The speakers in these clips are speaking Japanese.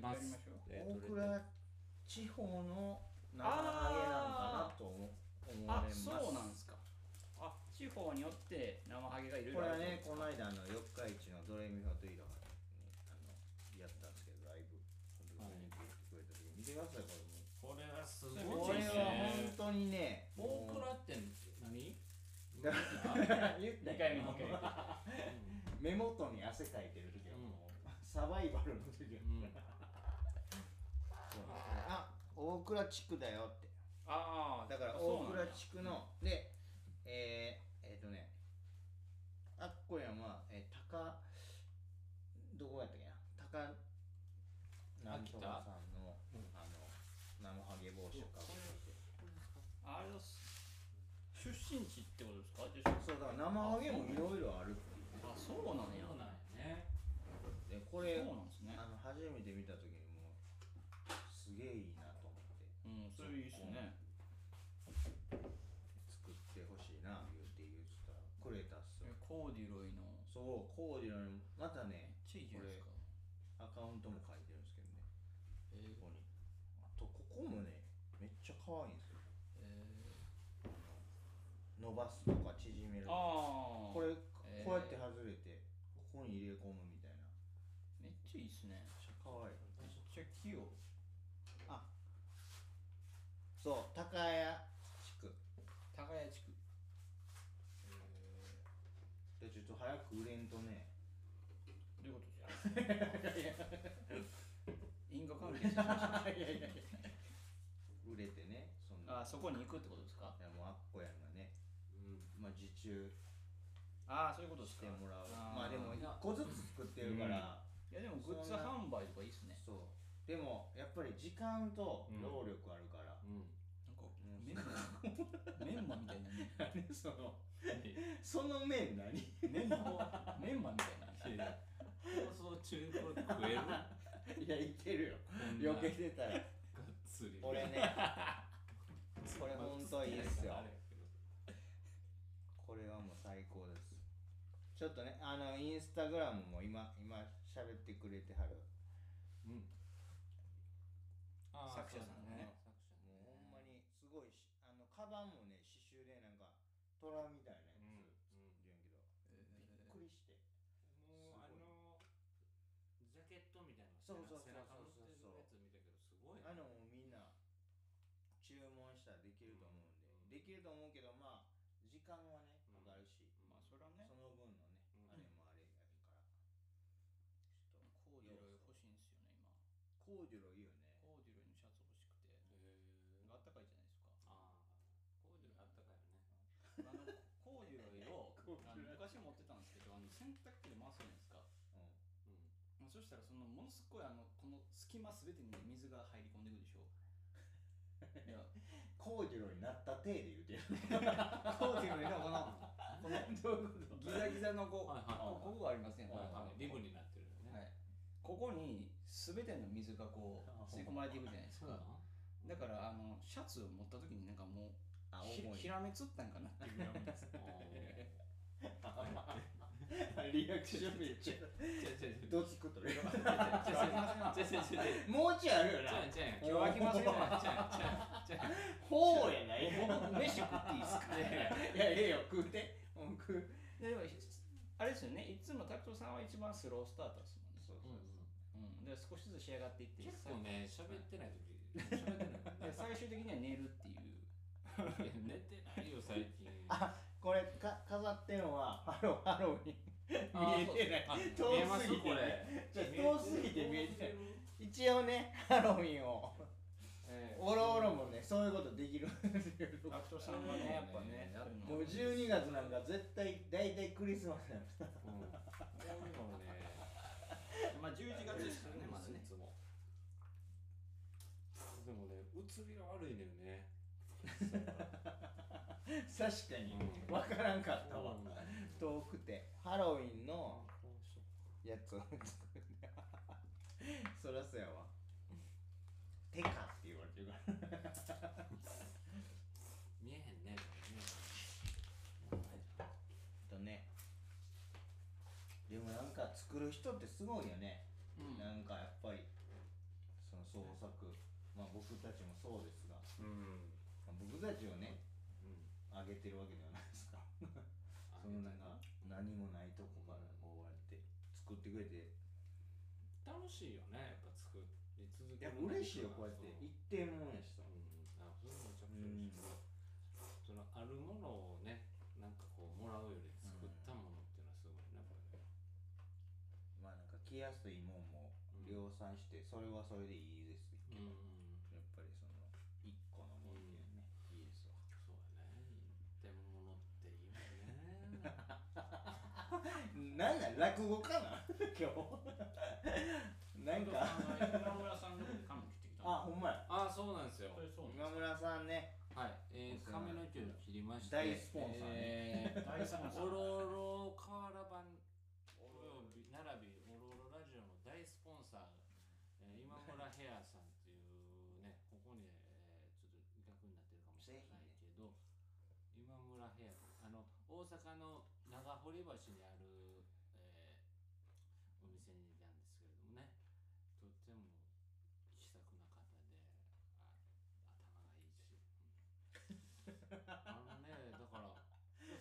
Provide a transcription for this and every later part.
やりましょうますえーと大れて倉地方のなんか名前なのかなと思思わあれますそうなんですかあ地方によって生ハゲがいろいころれあはるねこの間あの四日市のドレミファとイロハにあのやったんですけどライブこの時に来てくれた時に見てくださいここれはすれごいもこれではすね本当にね大も倉って何うだから 言った2回目の件 目元に汗かいてる時はもう、サバイバルの時は、うんそうあ大倉地区だよってああだからそう大なんや倉地区のでえー、えっ、とねあっこやんは、えー、高どこやったっけな高なんとかさんの、あの生ハゲ帽子をかぶってあれです出身地ってことですかじゃあそうだから生ハゲもいろいろあるっていうあそうなんやそうなんやねねでこれそうなんですねあの初めて見た時にもうすげえいいなと思っうてんそれいいっすね作ってほしいな言って言ってたらくれたっすよコーデュロイのめっそうコーディのまたねちゃいいじゃないですかこれアカウントも書いてるんですけどねえーここにあとここもねめっちゃ可愛いんですよえ伸ばすとか縮めー、るこああれえーこうやって外れてここに入れ込むみたいなめめっっちゃいいっすねちゃ可愛いめっちゃ器用あそう高谷地区高谷地区でちょっと早く売れんとねどういうことですか因果関係 ですか売れてねそんなあそこに行くってことですかいやもうあっこやんがねうんまあ受注ああそういうことですしかてもらうーまあでもいや1個ずつ作ってるから、いやでもグッズ販売とかいいっすねそうでもやっぱり時間と労力あるから、うんなんかメンマメンマみたいなねあれそのその麺何いメンマメンマみたいなね 放送中の食えるがやいけるよんな避けてた らっつりこれねこれほんといいっすよあれやけどこれはもう最高ですちょっとねあのインスタグラムも今今喋ってくれてはるうんあー作者さんね作者ねもうほんまにすごいしあのカバンもね刺繍でなんか虎みたいなやつ、うんうんいるんやけどびっくりしてもうあのジャケットみたいなそうそうそうそう背中のってるやつ見たけどすごいねあのもうみんな注文したらできると思うんで、うんできると思うけどまあ時間はねうんかかるし、うんまあそれはねその分のね、うんあれもあれやからちょっとコーデュロイ欲しいんですよね今コーデュロいいよねコーデュロイのシャツ欲しくてへーあったかいじゃないですかあーこういうのあったかいよねあのコーデュロイをあの昔持ってたんですけどあの洗濯機で回すじゃないですかうまあうんそしたらそのものすごいあのこの隙間すべてに水が入り込んでくるでしょいやんコーデュロになった体で言うてるコーデュロイのこのこのどういうこギザギザのこう、はいはいこここがありますね、はいあはいリブになってるよね、はい、ここに全ての水がこう吸い込まれていくじゃないですそうなかのだからあのシャツを持った時になんかもあうひ重ひいらめつったんかなっていうぐらい重いですおーリアクションめっち違ゃう違う違うどつくとるよ今日飽きませんわ違う違う違う もうちょいあるよちゃうなちゃう今日飽きませんちわゃうちゃうちゃうちゃうほうやない僕飯食っていいですかいやええよ食うてうん食うでもひあれですよねいつも拓斗さんは一番スロースタートですもんねそうそうそううん、で少しずつ仕上がっていって結構ね喋ってない時喋ってないもんで最終的には寝るっていうね寝てないよ最近あこれか飾ってるのはハローハロウィンあー見えてないそうです遠あ見えますすぎてこねれちょっと遠すぎて見えてないる一応ねハロウィンをええおろおろもねそういうことできるんですよ拓斗さんはねやっぱねやるのもう12月なんか絶対大体クリスマスなんですうんこういうのもねまあ11月ですからねまだねいつもでもねうつりが悪いのよね確かにうん分からんかったわうん遠くてハロウィンのこうしよやつを作るそらそやわてかって言われてるからう見えへんねとねでもなんか作る人ってすごいよね、うんなんかやっぱり作、まあ、僕たちもそうですがうん僕たちをねうん上げてるわけではないですか そあんなな何もないとこからこうやって作ってくれて楽しいよねやっぱ作り続けやるっぱの嬉しいよこうやってそう一定ものやしさうんあそれもめちゃくちゃ嬉しいそのあるものをねなんかこうもらうより作ったものっていうのはすごいなこれねまあなんか着やすいもんもうん量産してそれはそれでいいですけど、うんやっぱりその一個のもんっていうね、いいですわそうだねでもものっていいもんね なんだ落語かな 今日なんか今村さんのとこで髪切ってきたのあほんまやああそうなんですよそれそうな今んで村さんねはい、えー、髪の毛を切りまして大スポンサーねえす大好きなー、オロロカーラバンおよび並びオロロラジオの大スポンサー、えー、今村ヘアさんっていう ねここに、えー、ちょっと逆になってるかもしれないけど、今村ヘアあの大阪の長堀橋にある、えー、お店にいたんですけれどもねとっても気さくな方であ頭がいいしあのねだから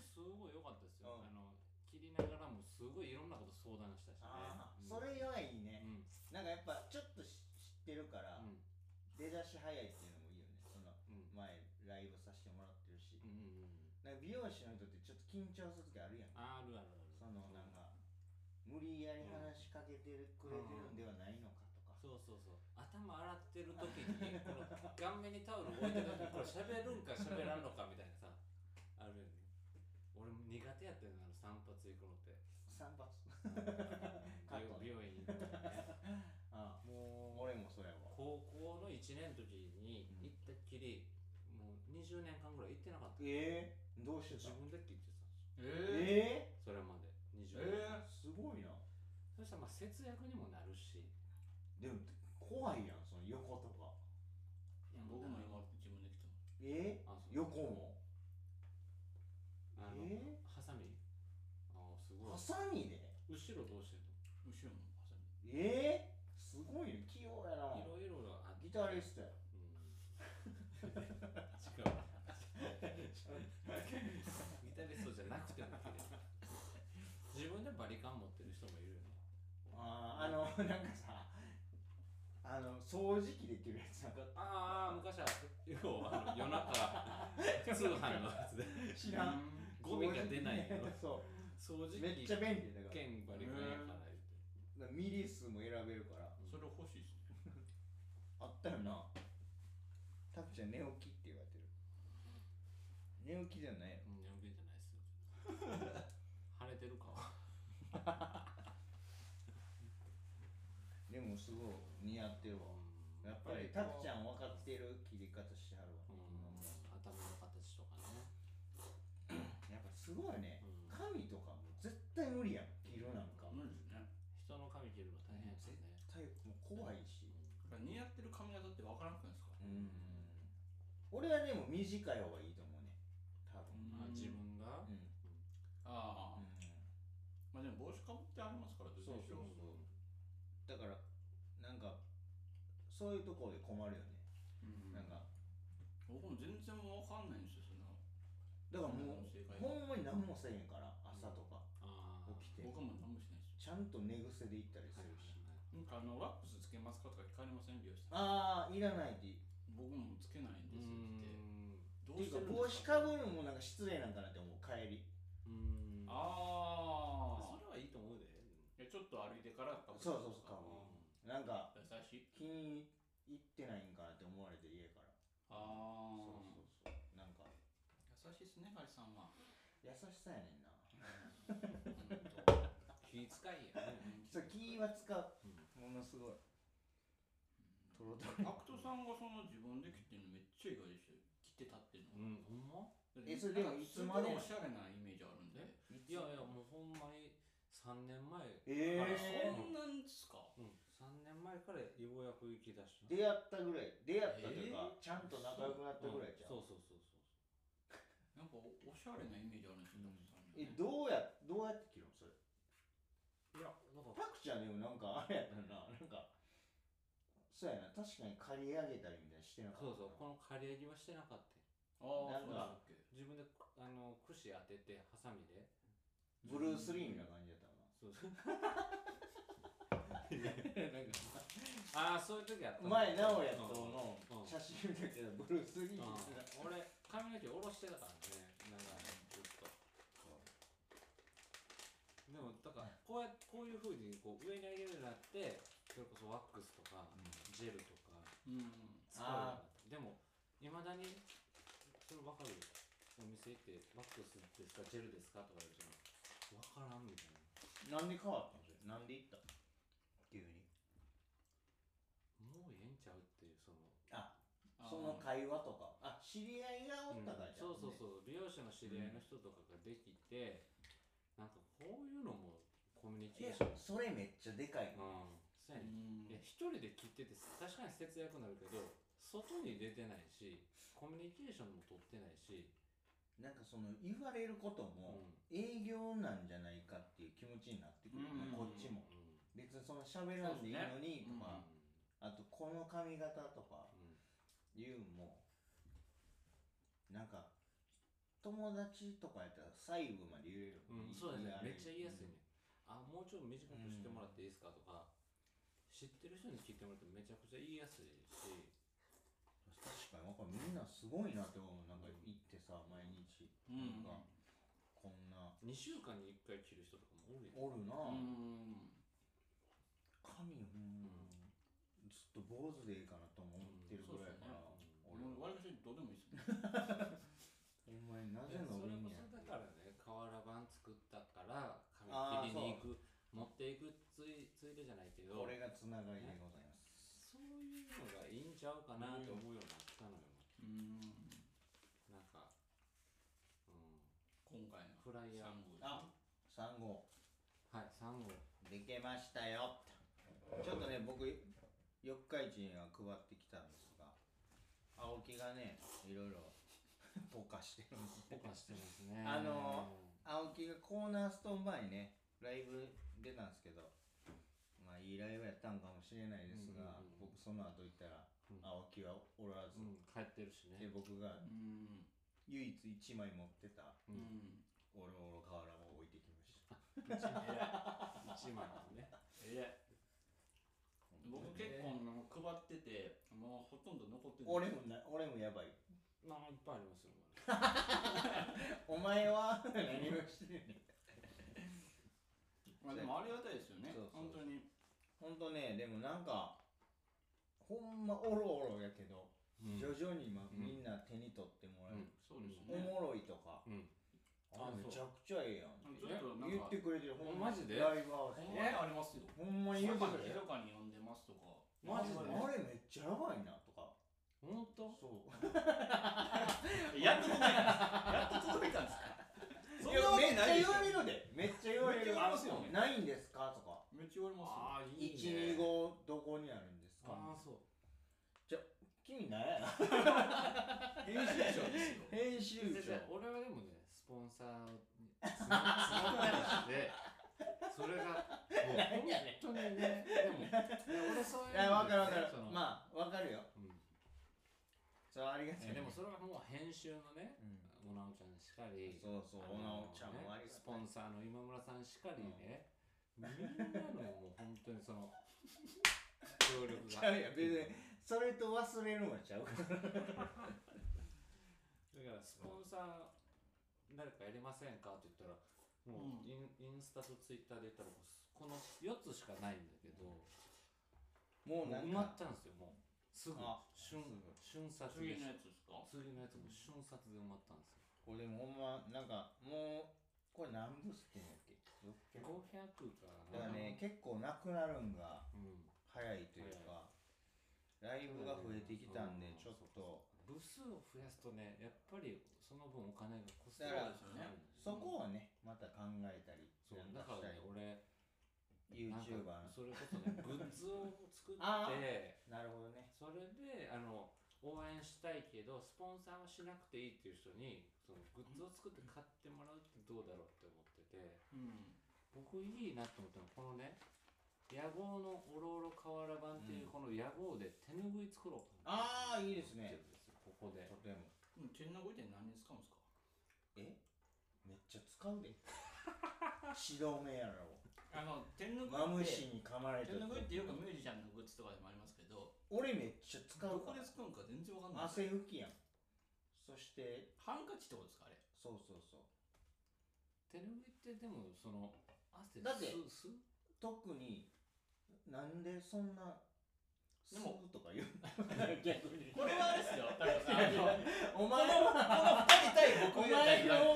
すごい良かったですよ、うんあの切りながらもすごいいろんなこと相談したしねあうーんそれはいいねうんなんかやっぱちょっとし知ってるから、うん出だし早いっていうのもいいよねそうのん前ライブさせてもらってるうし、んうんうんなんか美容師の人ってちょっと緊張する時あるやんあるあるあるそのなんか無理やり話しかけてる、くれてるんではないのかとそか、うそうそう頭洗ってる時にこの顔面にタオル置いてる時にこれ喋るんか喋らんのかみたいなさあるよね俺も苦手やったよなあの散髪行くのって 散髪カットね美容院行くのねああもう俺もそれは高校の1年の時にうん行ったっきりもう20年間ぐらい行ってなかったええどうして自た分でって言ってたんでえすよえそれまで20え年間、えすごいなそしたらまあ節約にもなるしでも怖いやんその横とか僕も今自分で来たのえあそう横もあの、えハサミああすごいハサミで後ろどうしてんの後ろもハサミええすごいね器用やないろいろなあギタリストやうん違 うギタリストじゃなくてもいいけど自分でバリカン持ってる人もいるよねあーあの なんかさあの掃除機できるやつなんかああ昔は要はあの夜中通販のやつで知らんゴミが出ないよそ掃う除めっ機ちゃ便利だから兼バリカンやから言ってだからミリ数も選べるからそれ欲しいっすねあったよなタクちゃん寝起きって言われてる寝起きじゃないようん眠気じゃないっすよ晴れてるかでもすごい似合ってるわやっぱりタクちゃん分かってる切り方してはるわうん頭の形とかねやっぱすごいねうん髪とかも絶対無理やん切るなんか無理ですね人の髪切るの大変やからね絶対もう怖いしだから似合ってる髪型って分からなくないですかうん俺はでも短い方がいいと思うね多分あ自分がうんああうまあでも帽子かぶってありますからどっちにしそうろそうだからなんかそういうところで困るよねうんなんか僕も全然分かんないんですよそんなだからも正解うがほんまに何もせえへんから朝とかああ起きて僕も何もしないですちゃんと寝癖で行ったりすはいるしなんかあのワックスつけますかとか聞かれません美容師さんああいらないで僕もつけないんですってどうていしうかてるんですか帽子かぶるのもなんか失礼なんかなって思う帰りうんあああそれはいいと思うでいやちょっと歩いてからかぶるそうそうそうかぶなんか優しい気に入ってないんかなって思われて家からあそあうそうそうなんか優しいですねハリさんは優しさやねんな本気遣いやねそう気は使ううんものすごいトロトロ当アクトさんがその自分で切ってるのめっちゃ意外でしたよ切ってたっていううのんほんまだってえそれでもいつまですごいおしゃれなイメージあるんでいやいやもうほんまに3年前あえそえんなんですかうん3年前からようやく行き出した出会ったぐらい出会ったというか、ちゃんと仲良くなったぐらいじゃん、そうそうそうそうなんかおおしゃれなイメージあるんですよ、タモさんにえはねどうやどうやって切るのそれいや、なんか、パクちゃんでもなんかあれやったななんかそうやな確かに借り上げたりみたいなしてなかったそうなそうこの刈り上げはしてなかったああなんそうでしたっかけ自分であの櫛当ててハサミでブルース・リーみたいな感じやったなそうそうああそういう時やった前直哉とうんのうん写真見たけどブルース・リーみたいな俺髪の毛下ろしてたからねなんかずっとでもだからこうやこういうふうにこう上に上げるようになってそれこそワックスとかジェルとかうん使うようになったでもいまだにそれ分かるよお店行ってワックスですかジェルですかとか言うじゃん分からんみたいななんで変わったのそれなんで行ったの急にもうええんちゃうっていうそのああーその会話とかあ知り合いがおったからじゃん、そうそうそう美容師の知り合いの人とかができて、なんかこういうのもコミュニいケやーションそれめっちゃでかいなうんそうやねうんいや一人で切ってて確かに節約になるけど外に出てないしコミュニケーションも取ってないし、なんかその言われることうもん営業なんじゃないかっていう気持ちになってくるよね、うんこっちもうん別にその喋らんでいいのにとうんか、あとこの髪型とかうんいうのもなんか友達とかやったら細部まで言えるのうんにそうですねやめっちゃ言いやすいね、あもうちょっと短くしてもらっていいですかとか、知ってる人に聞いてもらってめちゃくちゃ言いやすいし確かになんかみんなすごいなって思うなんか行ってさ毎日うんなんかこんな2週間に1回切る人とかもおるやんおるな、うん髪ほんまずっと坊主でいいかなとも思ってるぐらいやから、俺割俺はとどうでもいいっすねほんまになそぜれこ伸そびんねやだからね瓦版作ったからあー紙切りに行く持っていくついついでじゃないけどこれがつながりでございまそすういうのがいいんちゃうかなと思うようになったのよ、うんなんか、うん、今回のフライヤー三号あ3号はい3号できましたよちょっとね僕四日市には配ってきたんですが青木がねいろいろ ポカしてるんですとかしてますねあの青木がコーナーストーンバーにねライブ出たんですけどまあいいライブやったんかもしれないですが、うんうんうん僕その後行ったらうん青木はおらず、うん、帰ってるしでね僕がうん唯一1枚持ってたううんオロオロ瓦を置いてきました1枚のねえ僕結構の配っててもうほとんど残ってない俺もな俺もやばいなんかいっぱいありますよまだお 前は何をしてんねんまあでもありがたいですよねそうそ本当うにほんとねでもなんかほんまおろおろやけど、うん徐々に、ま、うんみんな手に取ってもらえる、そうですうよねおもろいとか、うんああめちゃくちゃええやんちょっとなん言っかてくれてるほんまマジでライブ合わせほんまにありますよほんまにひ言そうかにてくれひるそかに呼んでますとかマジであねれめっちゃやばいなとか本当そうやっと届いたんですやっと届いたんですかそん いなわやけないでしめっちゃ言ょわれるでめっちゃ言われめっちゃ言わるれますよねないんですかとかめっちゃ言われまああいいね125どこにあるんですかああそう君なんやなす よ編集者ですよ 編集先生長俺はでもねスポンサーをつながりしてそれがもう何やねん本当にねでもいや俺そういうのいやわかるわかるそのまあわかるようんそうありがとういやでもそれはもう編集のねおなおちゃんしかりそうそう、おなおちゃんもあねりがスとポう。ンサーの今村さんしかりね、みんなのもう本当にその協力ちがゃうやん別にそれと忘れるんはちゃうから。だからスポンサー誰かやりませんかって言ったらもうイン,、インスタとツイッターで言ったらこの4つしかないんだけど、 もうもうなん埋まっちか、ゃうんですよもうすぐあ瞬瞬殺で次のやつですか次のやつも瞬殺で埋まったんですよこれでもほんま、なんか、もう、これ何部してんやっけ600 500かなだからね、結構なくなるんがうん、早いというか、ライブが増えてきたんで、ちょっと、部数を増やすとねやっぱりその分お金がコストだからかかるんですそよこはね、また考えたり、そうなんだかかしたらねり、俺なんか YouTuber それこそねグッズを作っ あての。なるほどね。それであの応援したいけどスポンサーはしなくていいっていう人にそのグッズを作って買ってもらうってどうだろうって思っててうん僕いいなと思ったのこのね野号のおろおろ瓦版っていううんこの野号で手ぬぐい作ろうああいいですねここでとてもうん、手の動いて何に使うんですかえめっちゃ使うで指導名やろあの、手のマ動ムいシて、に噛まれ手ての動いってよくミュージシャンのグッズとかでもありますけど、俺めっちゃ使どうかこでら使うんか全然わかんない。汗拭きやんそしてハンカチってことですかあれ。そうそうそう手ぬぐいってでもその汗だってすす特になんでそんなで吸もうとか言 うの逆にこれはあれですよ、太郎さん。あのお前は二人対お僕みた前いな。の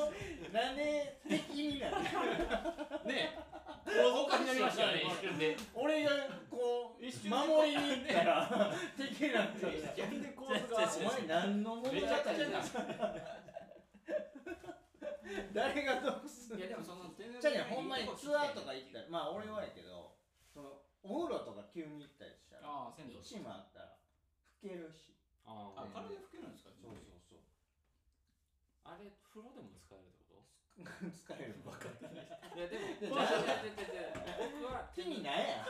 なんで敵になるねえ、おかになりましたよね、一瞬で。俺がこう一瞬でこう守りに行ったら敵になってる 一瞬で構図が。 お前何の物語めちゃくちゃな。誰が得すいやでるもその天然じゃあねほんまにツアーとか行ったらまあ俺はやけどそのお風呂とか急に行ったりしたらああ銭湯一もあったら拭けるしああー体拭けるんですかそうそうそうあれ風呂でも使えるってこ 疲れるばっかりといやでもいや僕はじゃいやいやいやいや僕は気にないや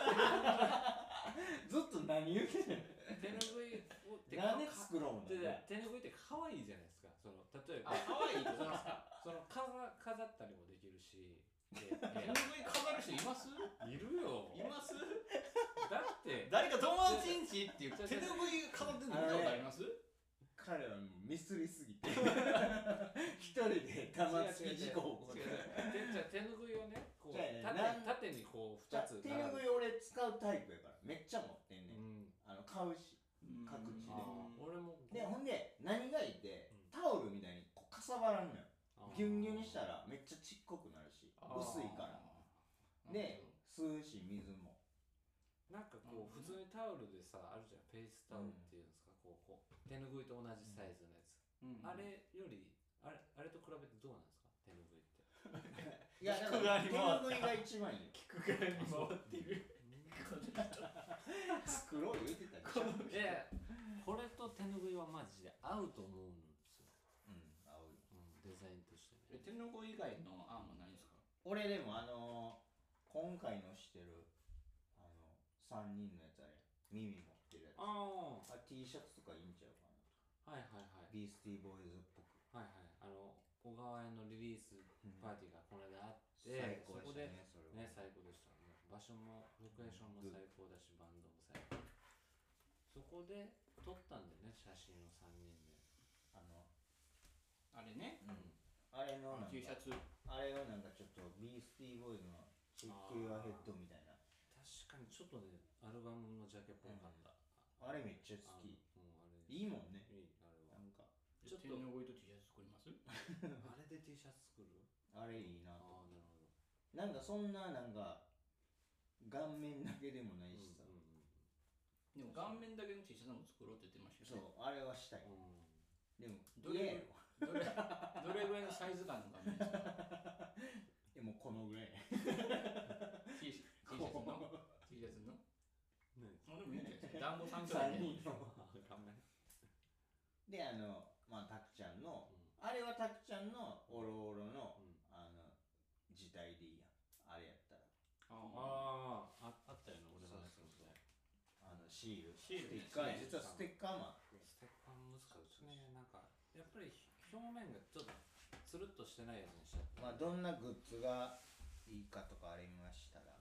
ずっと何言うてん手ぬぐいをってのなんで作ろうので手ぬぐいって可愛いじゃないですかその例えばあ可愛いってことですかその飾飾ったりもできるしでい手や拭い飾る人いますいいるよますだって誰か友達んちっていう手拭い飾ってるの見たことあります彼はもうミスりすぎて一人で玉突き事故を起こ違う違うす違う違う手ぬぐいをねこうじゃあねなん縦縦にこうじ2ゃあつ手拭い俺使うタイプやからめっちゃ持ってんね、うんんあの買うし各地であー俺もでほんで何がいいってうんタオルみたいにこうかさばらんのよあーギュンギュンにしたらめっちゃちっこくなるしあー薄いからで吸うし水もなんかこううん普通にタオルでさあるじゃんペースタオルっていうんですかこうこう手ぬぐいと同じサイズのやつうんあれよりあれあれと比べてどうなんですか手ぬぐい っていやだかくがらり手もあった拭いが一番いいよ 聞くからいに回ってる作ろう言うてたでしょ、うん、いやこれと手ぬぐいはマジで合うと思うんですよ、合うようん、デザインとしてねえ手拭い以外の案はないですか俺でもあのー、今回のしてるあの3人のやつあれ耳持ってるやつあああ T シャツとかいいんちゃうかはないはいはいビースティーボーイズっぽくはいはいあの小川屋のリリースパーティーがこの間あって、最そこ高でしたでねそれねは最高でしたね場所もロケーションも最高だしバンドも最高そこで撮ったんだよね写真を3人であのあれねうんあれのなんか T シャツあれをなんかちょっとビースティーボーイズのチェック・ユア・ヘッドみたいな確かにちょっとねアルバムのジャケっぽかった、あれめっちゃ好きあのうんあれいいいいもんねあれはなんかちょっ手と拭いと T シャツ作りますあれで T シャツ作るあれいいなああとなるほどなんかそんななんか顔面だけでもなうんいしさ、でも顔面だけの T シャツも作ろうって言ってましたそようねあれはしたいうんうんでもどれ嫌やどれどれ ぐらいのサイズ感の顔面ですかでもこのぐ らい T シャツの T シャツのねあでもいいんじゃないですか団子さん3ね人のあ顔面であのまあたくちゃんのうんあれはたくちゃんのオロオロのうんあの自体でいいやんあれやったらあああああったよね俺のやつもねあのシールシールねステッカシーール実はステッカーもあってステッカー難しいねなんかやっぱり表面がちょっとつるっとしてないやつにしちゃったまあどんなグッズがいいかとかありましたら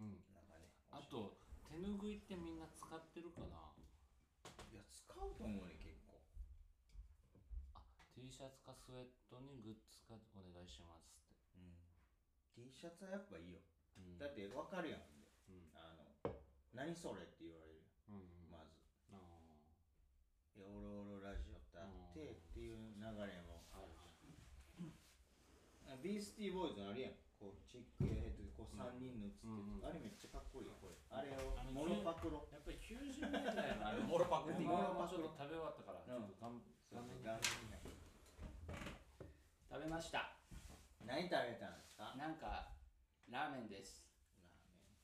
うんなんかねあと手ぬぐいってみんな使ってるかないや使うと思うね結構 T シャツかスウェットにグッズかお願いしますって、うん T シャツはやっぱいいようん、だって分かるやんでうんあの何それって言われるうんうんまずあ「いやオロオロラジオ」ってあってっていう流れもあはいはいあビースティーボーイズのあれやんこうチックヘッドでこう3人の写ってる、うんうんあれめっちゃかっこいいよこれあれをあのモノパクロやっぱり90年代のあれモロパク僕ティもちょっと食べ終わったからちょっとがん画そうそう面画面食べました何食べたんですかなんかラーメンです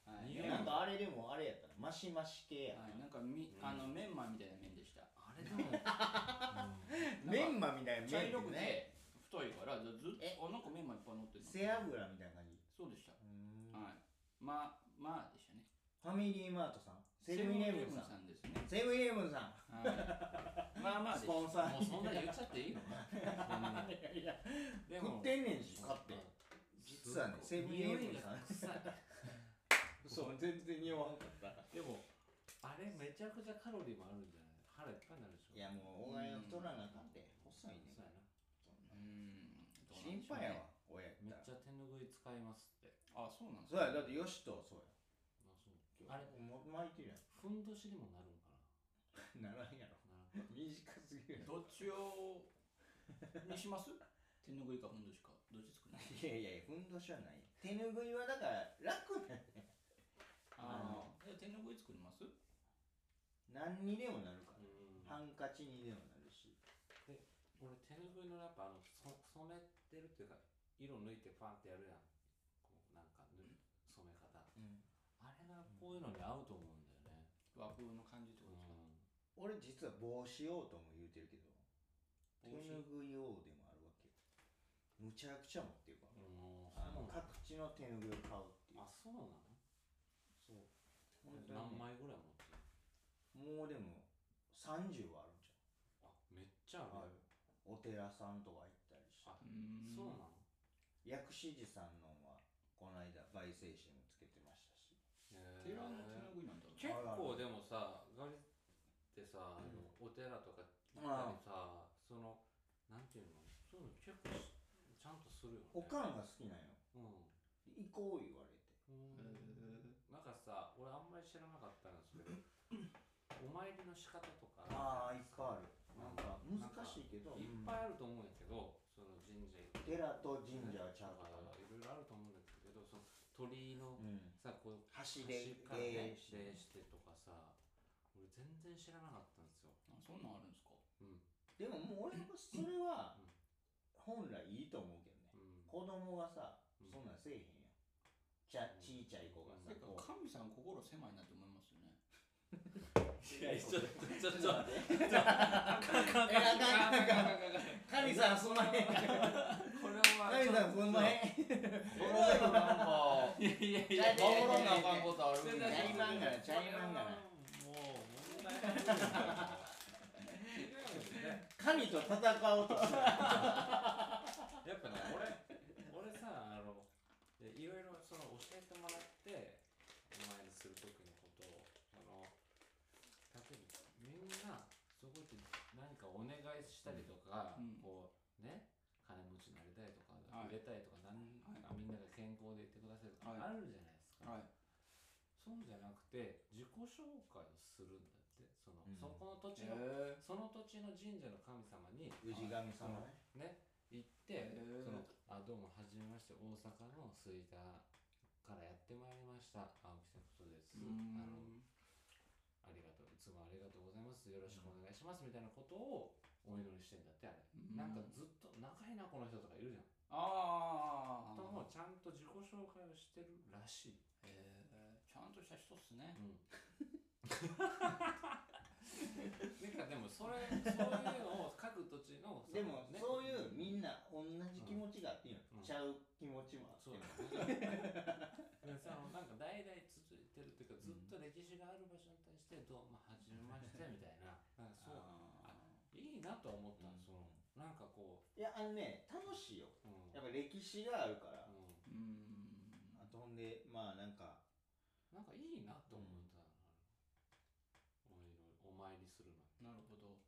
ラはーい匂メンいメンもなんかあれでもあれやったらマシマシ系やはいなんかみうんあのメンマみたいな麺でしたあれでも、うんメンマみたいな茶麺色くでねて太いからずずっえとあなんかメンマいっぱい乗ってる背脂みたいな感じそうでしたうーんはいまあまあでしたねファミリーマートさんセブンイレブンさんんですね。セブンイレブンさんはいまあまあでスす。ポンサもーうそんな言っちゃって いいのそんないやいやで食ってんねんし買って実はねすっセブごンいイレブンさ匂いがん臭いそう全然匂わんかったでもあれめちゃくちゃカロリーもあるんじゃない腹いっぱいになるでしょいやもう親が太らなあかんで細いねそうやなうん。どうなん心でしょうね配やわ。親やっめったらちゃ手ぬぐい使いますってあ、そうなんですそうか。やだってよしとそうあそうやあれも巻いてる やふんどしにもなるんかんならんやろなな短すぎるやどろっちをにします？ 手ぬぐいかふんどしかどっち作るの？ いやいやいやふんどしはない手ぬぐいはだから楽なんやああ、え手ぬぐい作ります？何にでもなるからうんハンカチにでもなるし俺手ぬぐいのやっぱあのそ染めてるっていうか色抜いてパンってやるやんこうなんかぬ染め方あれがこういうのに合うと思うんだよね和風の感じってこうとですか？ん俺実は帽子王とも言うてるけど手帽子ぬぐい王でもあるわけよむちゃくちゃ持ってるからうんあそのうなの各地の手ぬぐいを買うっていうあそうなのそう本当何にね枚ぐらい持ってるもうでも30はあるんじあめっちゃあゃんるお寺さんとか行ったりしてあうんそうなの薬師寺さんのはこの間焙煎紙もつけてましたしへ寺のー手ぬぐいなんだ。結構でもさガリってさ、あのお寺とか行ったりさそのなんていうのそういうの結構しちゃんとするよねおかんが好きなんようん行こう言われてうんなんかさ俺あんまり知らなかったんですけどお参りの仕方とかああいっぱいあるるなんか難しいけどいっぱいあると思うんやけどその神社行っうんて寺と神社はちゃとうかからいろいろあると思うんですけどその鳥居のうんさこう橋で端からねで礼してとかさ俺全然知らなかったんですよあそんなんあるんですか？うんでももう俺はそれはうん本来いいと思うけどねうん子供がさうんそんなんせえへんやんちゃちいちゃい子がてさかこう神さん心狭いなって思いますよね。いやちょっとちょっとちょっとえあかんあかんあかん神さんすんまへんこれは神さんすんまへん怖いよなん か。いやいやいやや守らなあかんことあるんチだャイマンガラチャイマンガラもう問題ないよ 違うよね神と戦お うとするやっぱね俺俺さあのでいろいろその教えてもらってお前にする時のことをあの例えばみんなそこで何かお願いしたりとか、うんこうね金持ちになりたいとか、はい売れたいとかなんはいみんなが健康でいてくださいとか、はあるじゃないですか、はい。そうじゃなくて自己紹介をするんだってその、うんそこの土地への、え。その土地の神社の神様に氏神様ねね行って、そのあどうもはじめまして大阪の吹田からやってまいりました青木さんことです、うんあのありがとういつもありがとうございますよろしくお願いします、みたいなことをお祈りしてんだってあれ、うんなんかずっと仲いいなこの人とかいるじゃん、ああ。ともちゃんと自己紹介をしてるらしい、へえちゃんとした人っすね。うん なんかでもそれそういうのを各土地のでもねそういうみんな同じ気持ちがあっていいのうんちゃう気持ちもあってそういだいの ねでそのなんか代々続いてるっていうかずっと歴史がある場所に対してどうもはじめましてみたいななんかそうあいいなとは思った、うんそのなんかこいやあのね楽しいよう、うんやっぱ歴史があるからうんー。うん。あとほんでまあなんかなんかいいなと思った、おいろいろお参りするの、なるほど。だか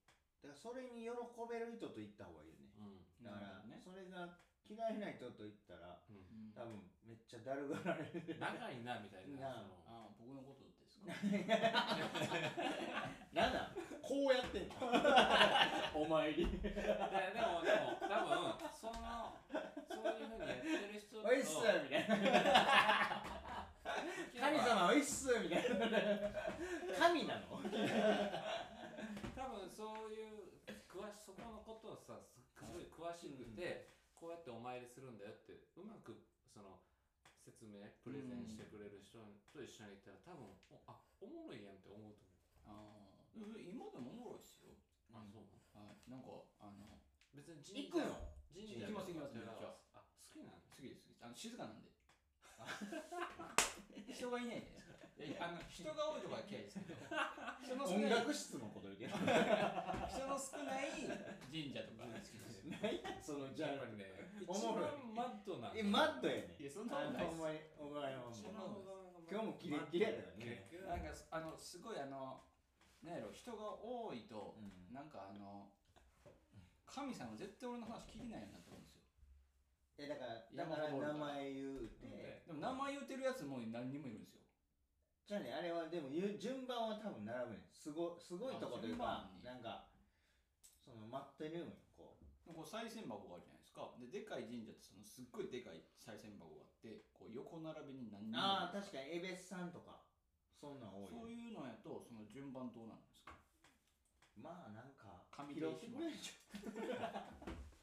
らそれに喜べる人と行った方がいいよねうんだかなるらほどね。それが嫌いな人と行ったらうんう、ん多分めっちゃだるがられる仲いいなみたいななあそのああ僕のことです か。なんだこうやってん のお参り ででもでも多分そのそういうふうにやってる人とおいっすみたいな神様おいっすみたいな神なの多分そういう詳しそこのことをさすっごい詳しくて、こうやってお参りするんだよってうまくその説明プレゼンしてくれる人と一緒に行ったら多分おあおもろいやんって思うとああー。でも今でもおもろいっすよ。思う、あそはい。うなんかあの別に神行くの神行社きます行きますとか行きますあ好きなの 次です次あの静かなんで。人がいないじゃないですか。いやあの人が多いとこは嫌いですけ ど人の少音ない楽室のこと言うてる人の少ない神社とか好きですよないそのジャンルでお一もろい番マッドなえマッドやねいやそんなことあないのですほんまにお前はそんなのこ今日もキレッキレやったからねなんかあのすごいあのなんやろ人が多いと、うんなんかあの神様絶対俺の話聞いてないよなと思うんですよえだから山だから登る名から前言うて、でも名前言ってるやつも何人もいるんですよじゃあねあれはでも言う順番は多分並ぶねんすごすごいとこというあ順か番になんかその待ってるんよこうでこう賽銭箱があるじゃないですかででかい神社ってそのすっごいでかい賽銭箱があってこう横並びに何人もあいある確かにエベスさんとかそんなん多いよそういうのやとその順番どうなんですかまあなんか紙拾でってくれるでしだょ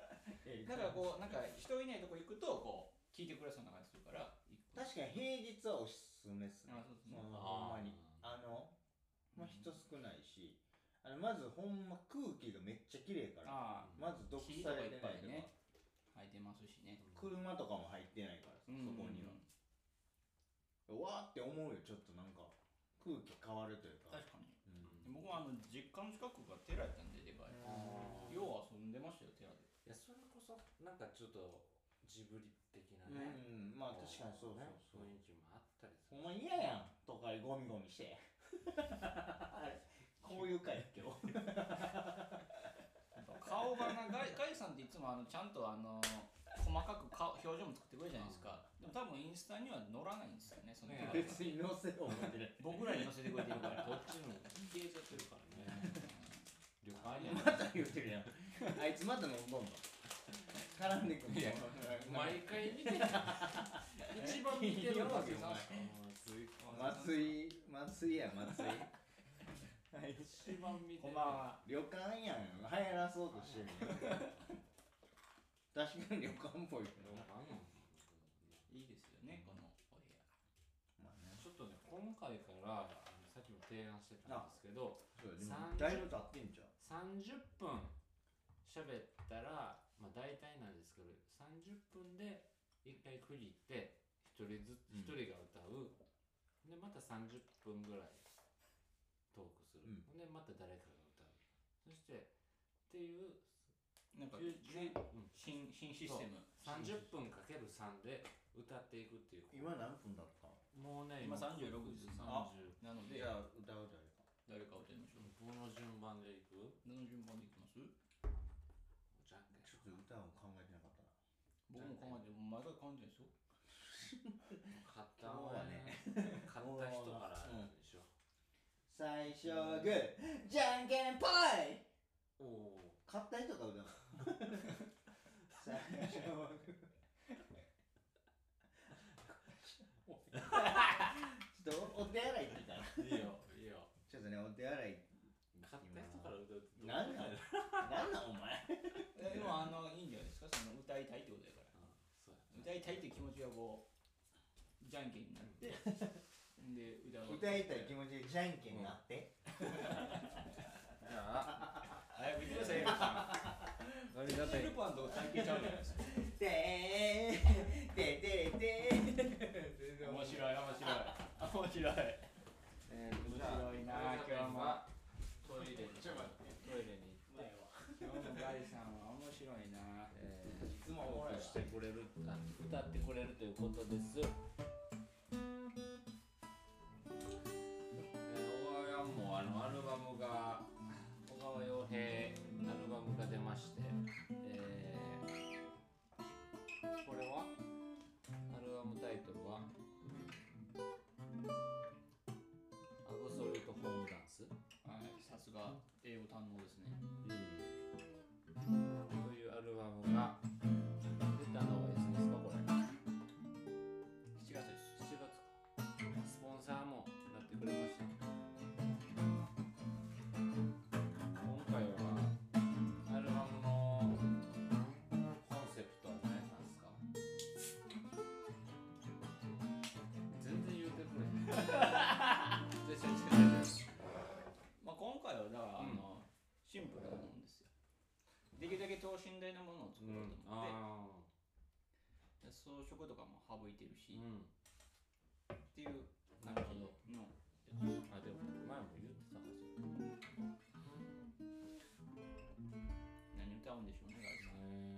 から こうなんか人いないとこ行くとこう聞いてくれそうな感じするから確かに平日はおすすめっすねあそうですねそのあーほんまにあのまあ人少ないしあのまずほんま空気がめっちゃ綺麗からああまず毒木とさかれいってぱないいとねか履いてますしね車とかも入ってないからさそこにはわーって思うよちょっとなんか空気変わるというか確かにうん僕もあの実家の近くが寺やったんででかいうんよう遊んでましたよ寺でいやそれこそなんかちょっとジブリ的なうね、んまあ確かにそうそうねそう雰囲気もあったりすおる前嫌やん都会ゴミゴミしてあれこういう会今日顔がなガイガイさんっていつもあのちゃんとあの細かく顔表情も作ってくれるじゃないですかでも多分インスタには載らないんですよねそのね 手が別に乗せよう思ってない僕らに載せてくれてる からこっちも消えちゃってるからね旅館やまた言うてるやんあいつまた飲んどんの絡んでくんのいや毎回見てる一番見てるわけよお前松井松井や松井はい一番見てるは旅館やん流行らそうとしてるやん確かに旅館っぽいけどどうかないいですよねこのお部屋まあねちょっとね今回からあのさっきも提案してたんですけどそうでもだいぶ経ってんじゃん30分喋ったら、まあ、大体なんですけど30分で1回区切って1人ずうんつ1人が歌う、でまた30分ぐらいトークする、うんでまた誰かが歌うそしてっていうなんかじゅじゅうん新新システム30分かける3で歌っていくっていう今何分だったもうね今36です30なのでじゃあ歌うじゃん誰かを歌いましょうこの順番でいくどの順番でいきますじゃんけんちょっと歌を考えてなかったな僕も考えて毎回感じないですよ買った方がね買った人からでしょ、最初はグーじゃんけんぽいおお買った人が歌うの最初はグーちょっとお手洗い行ってたーいいよいいよちょっとねお手洗い買った人から歌うってなんなんなんなんお前えでもあのいいんじゃないですかその歌いたいってことやからそうや歌いたいって気持ちがこうじゃんけんになってで歌う歌いたい気持ちでじゃんけんになって、じゃあ早く言ってくださいよありがシールパンと関係ちゃうじゃないですか てーてーてーてー全然面白い面白い面白いえーとじゃあ面白いな今日もトイレにちょっと待トイレに行って今日のガイさんは面白いなえいつもおもろいわー、してくれるあ歌ってくれるということです、えー、お川もあのアルバムが小川洋平アルバムが出まして、えー、これはアルバムタイトルは「アブソルトホームダンス」はいさすが英語堪能ですねというアルバムが出たのはいつですかこれ7月です7月かスポンサーもなってくれました今回はアルバムのコンセプトは何やったんですか全然言うてくれへん全然言うてくれへん まあ、今回はだから、うんあのシンプルなもんですよできるだけ等身大なものを作ろうと思って、あで装飾とかも省いてるし、ーうんっていうなるほどうんあでも前も言ってたはず何歌うんでしょうねガイさんへー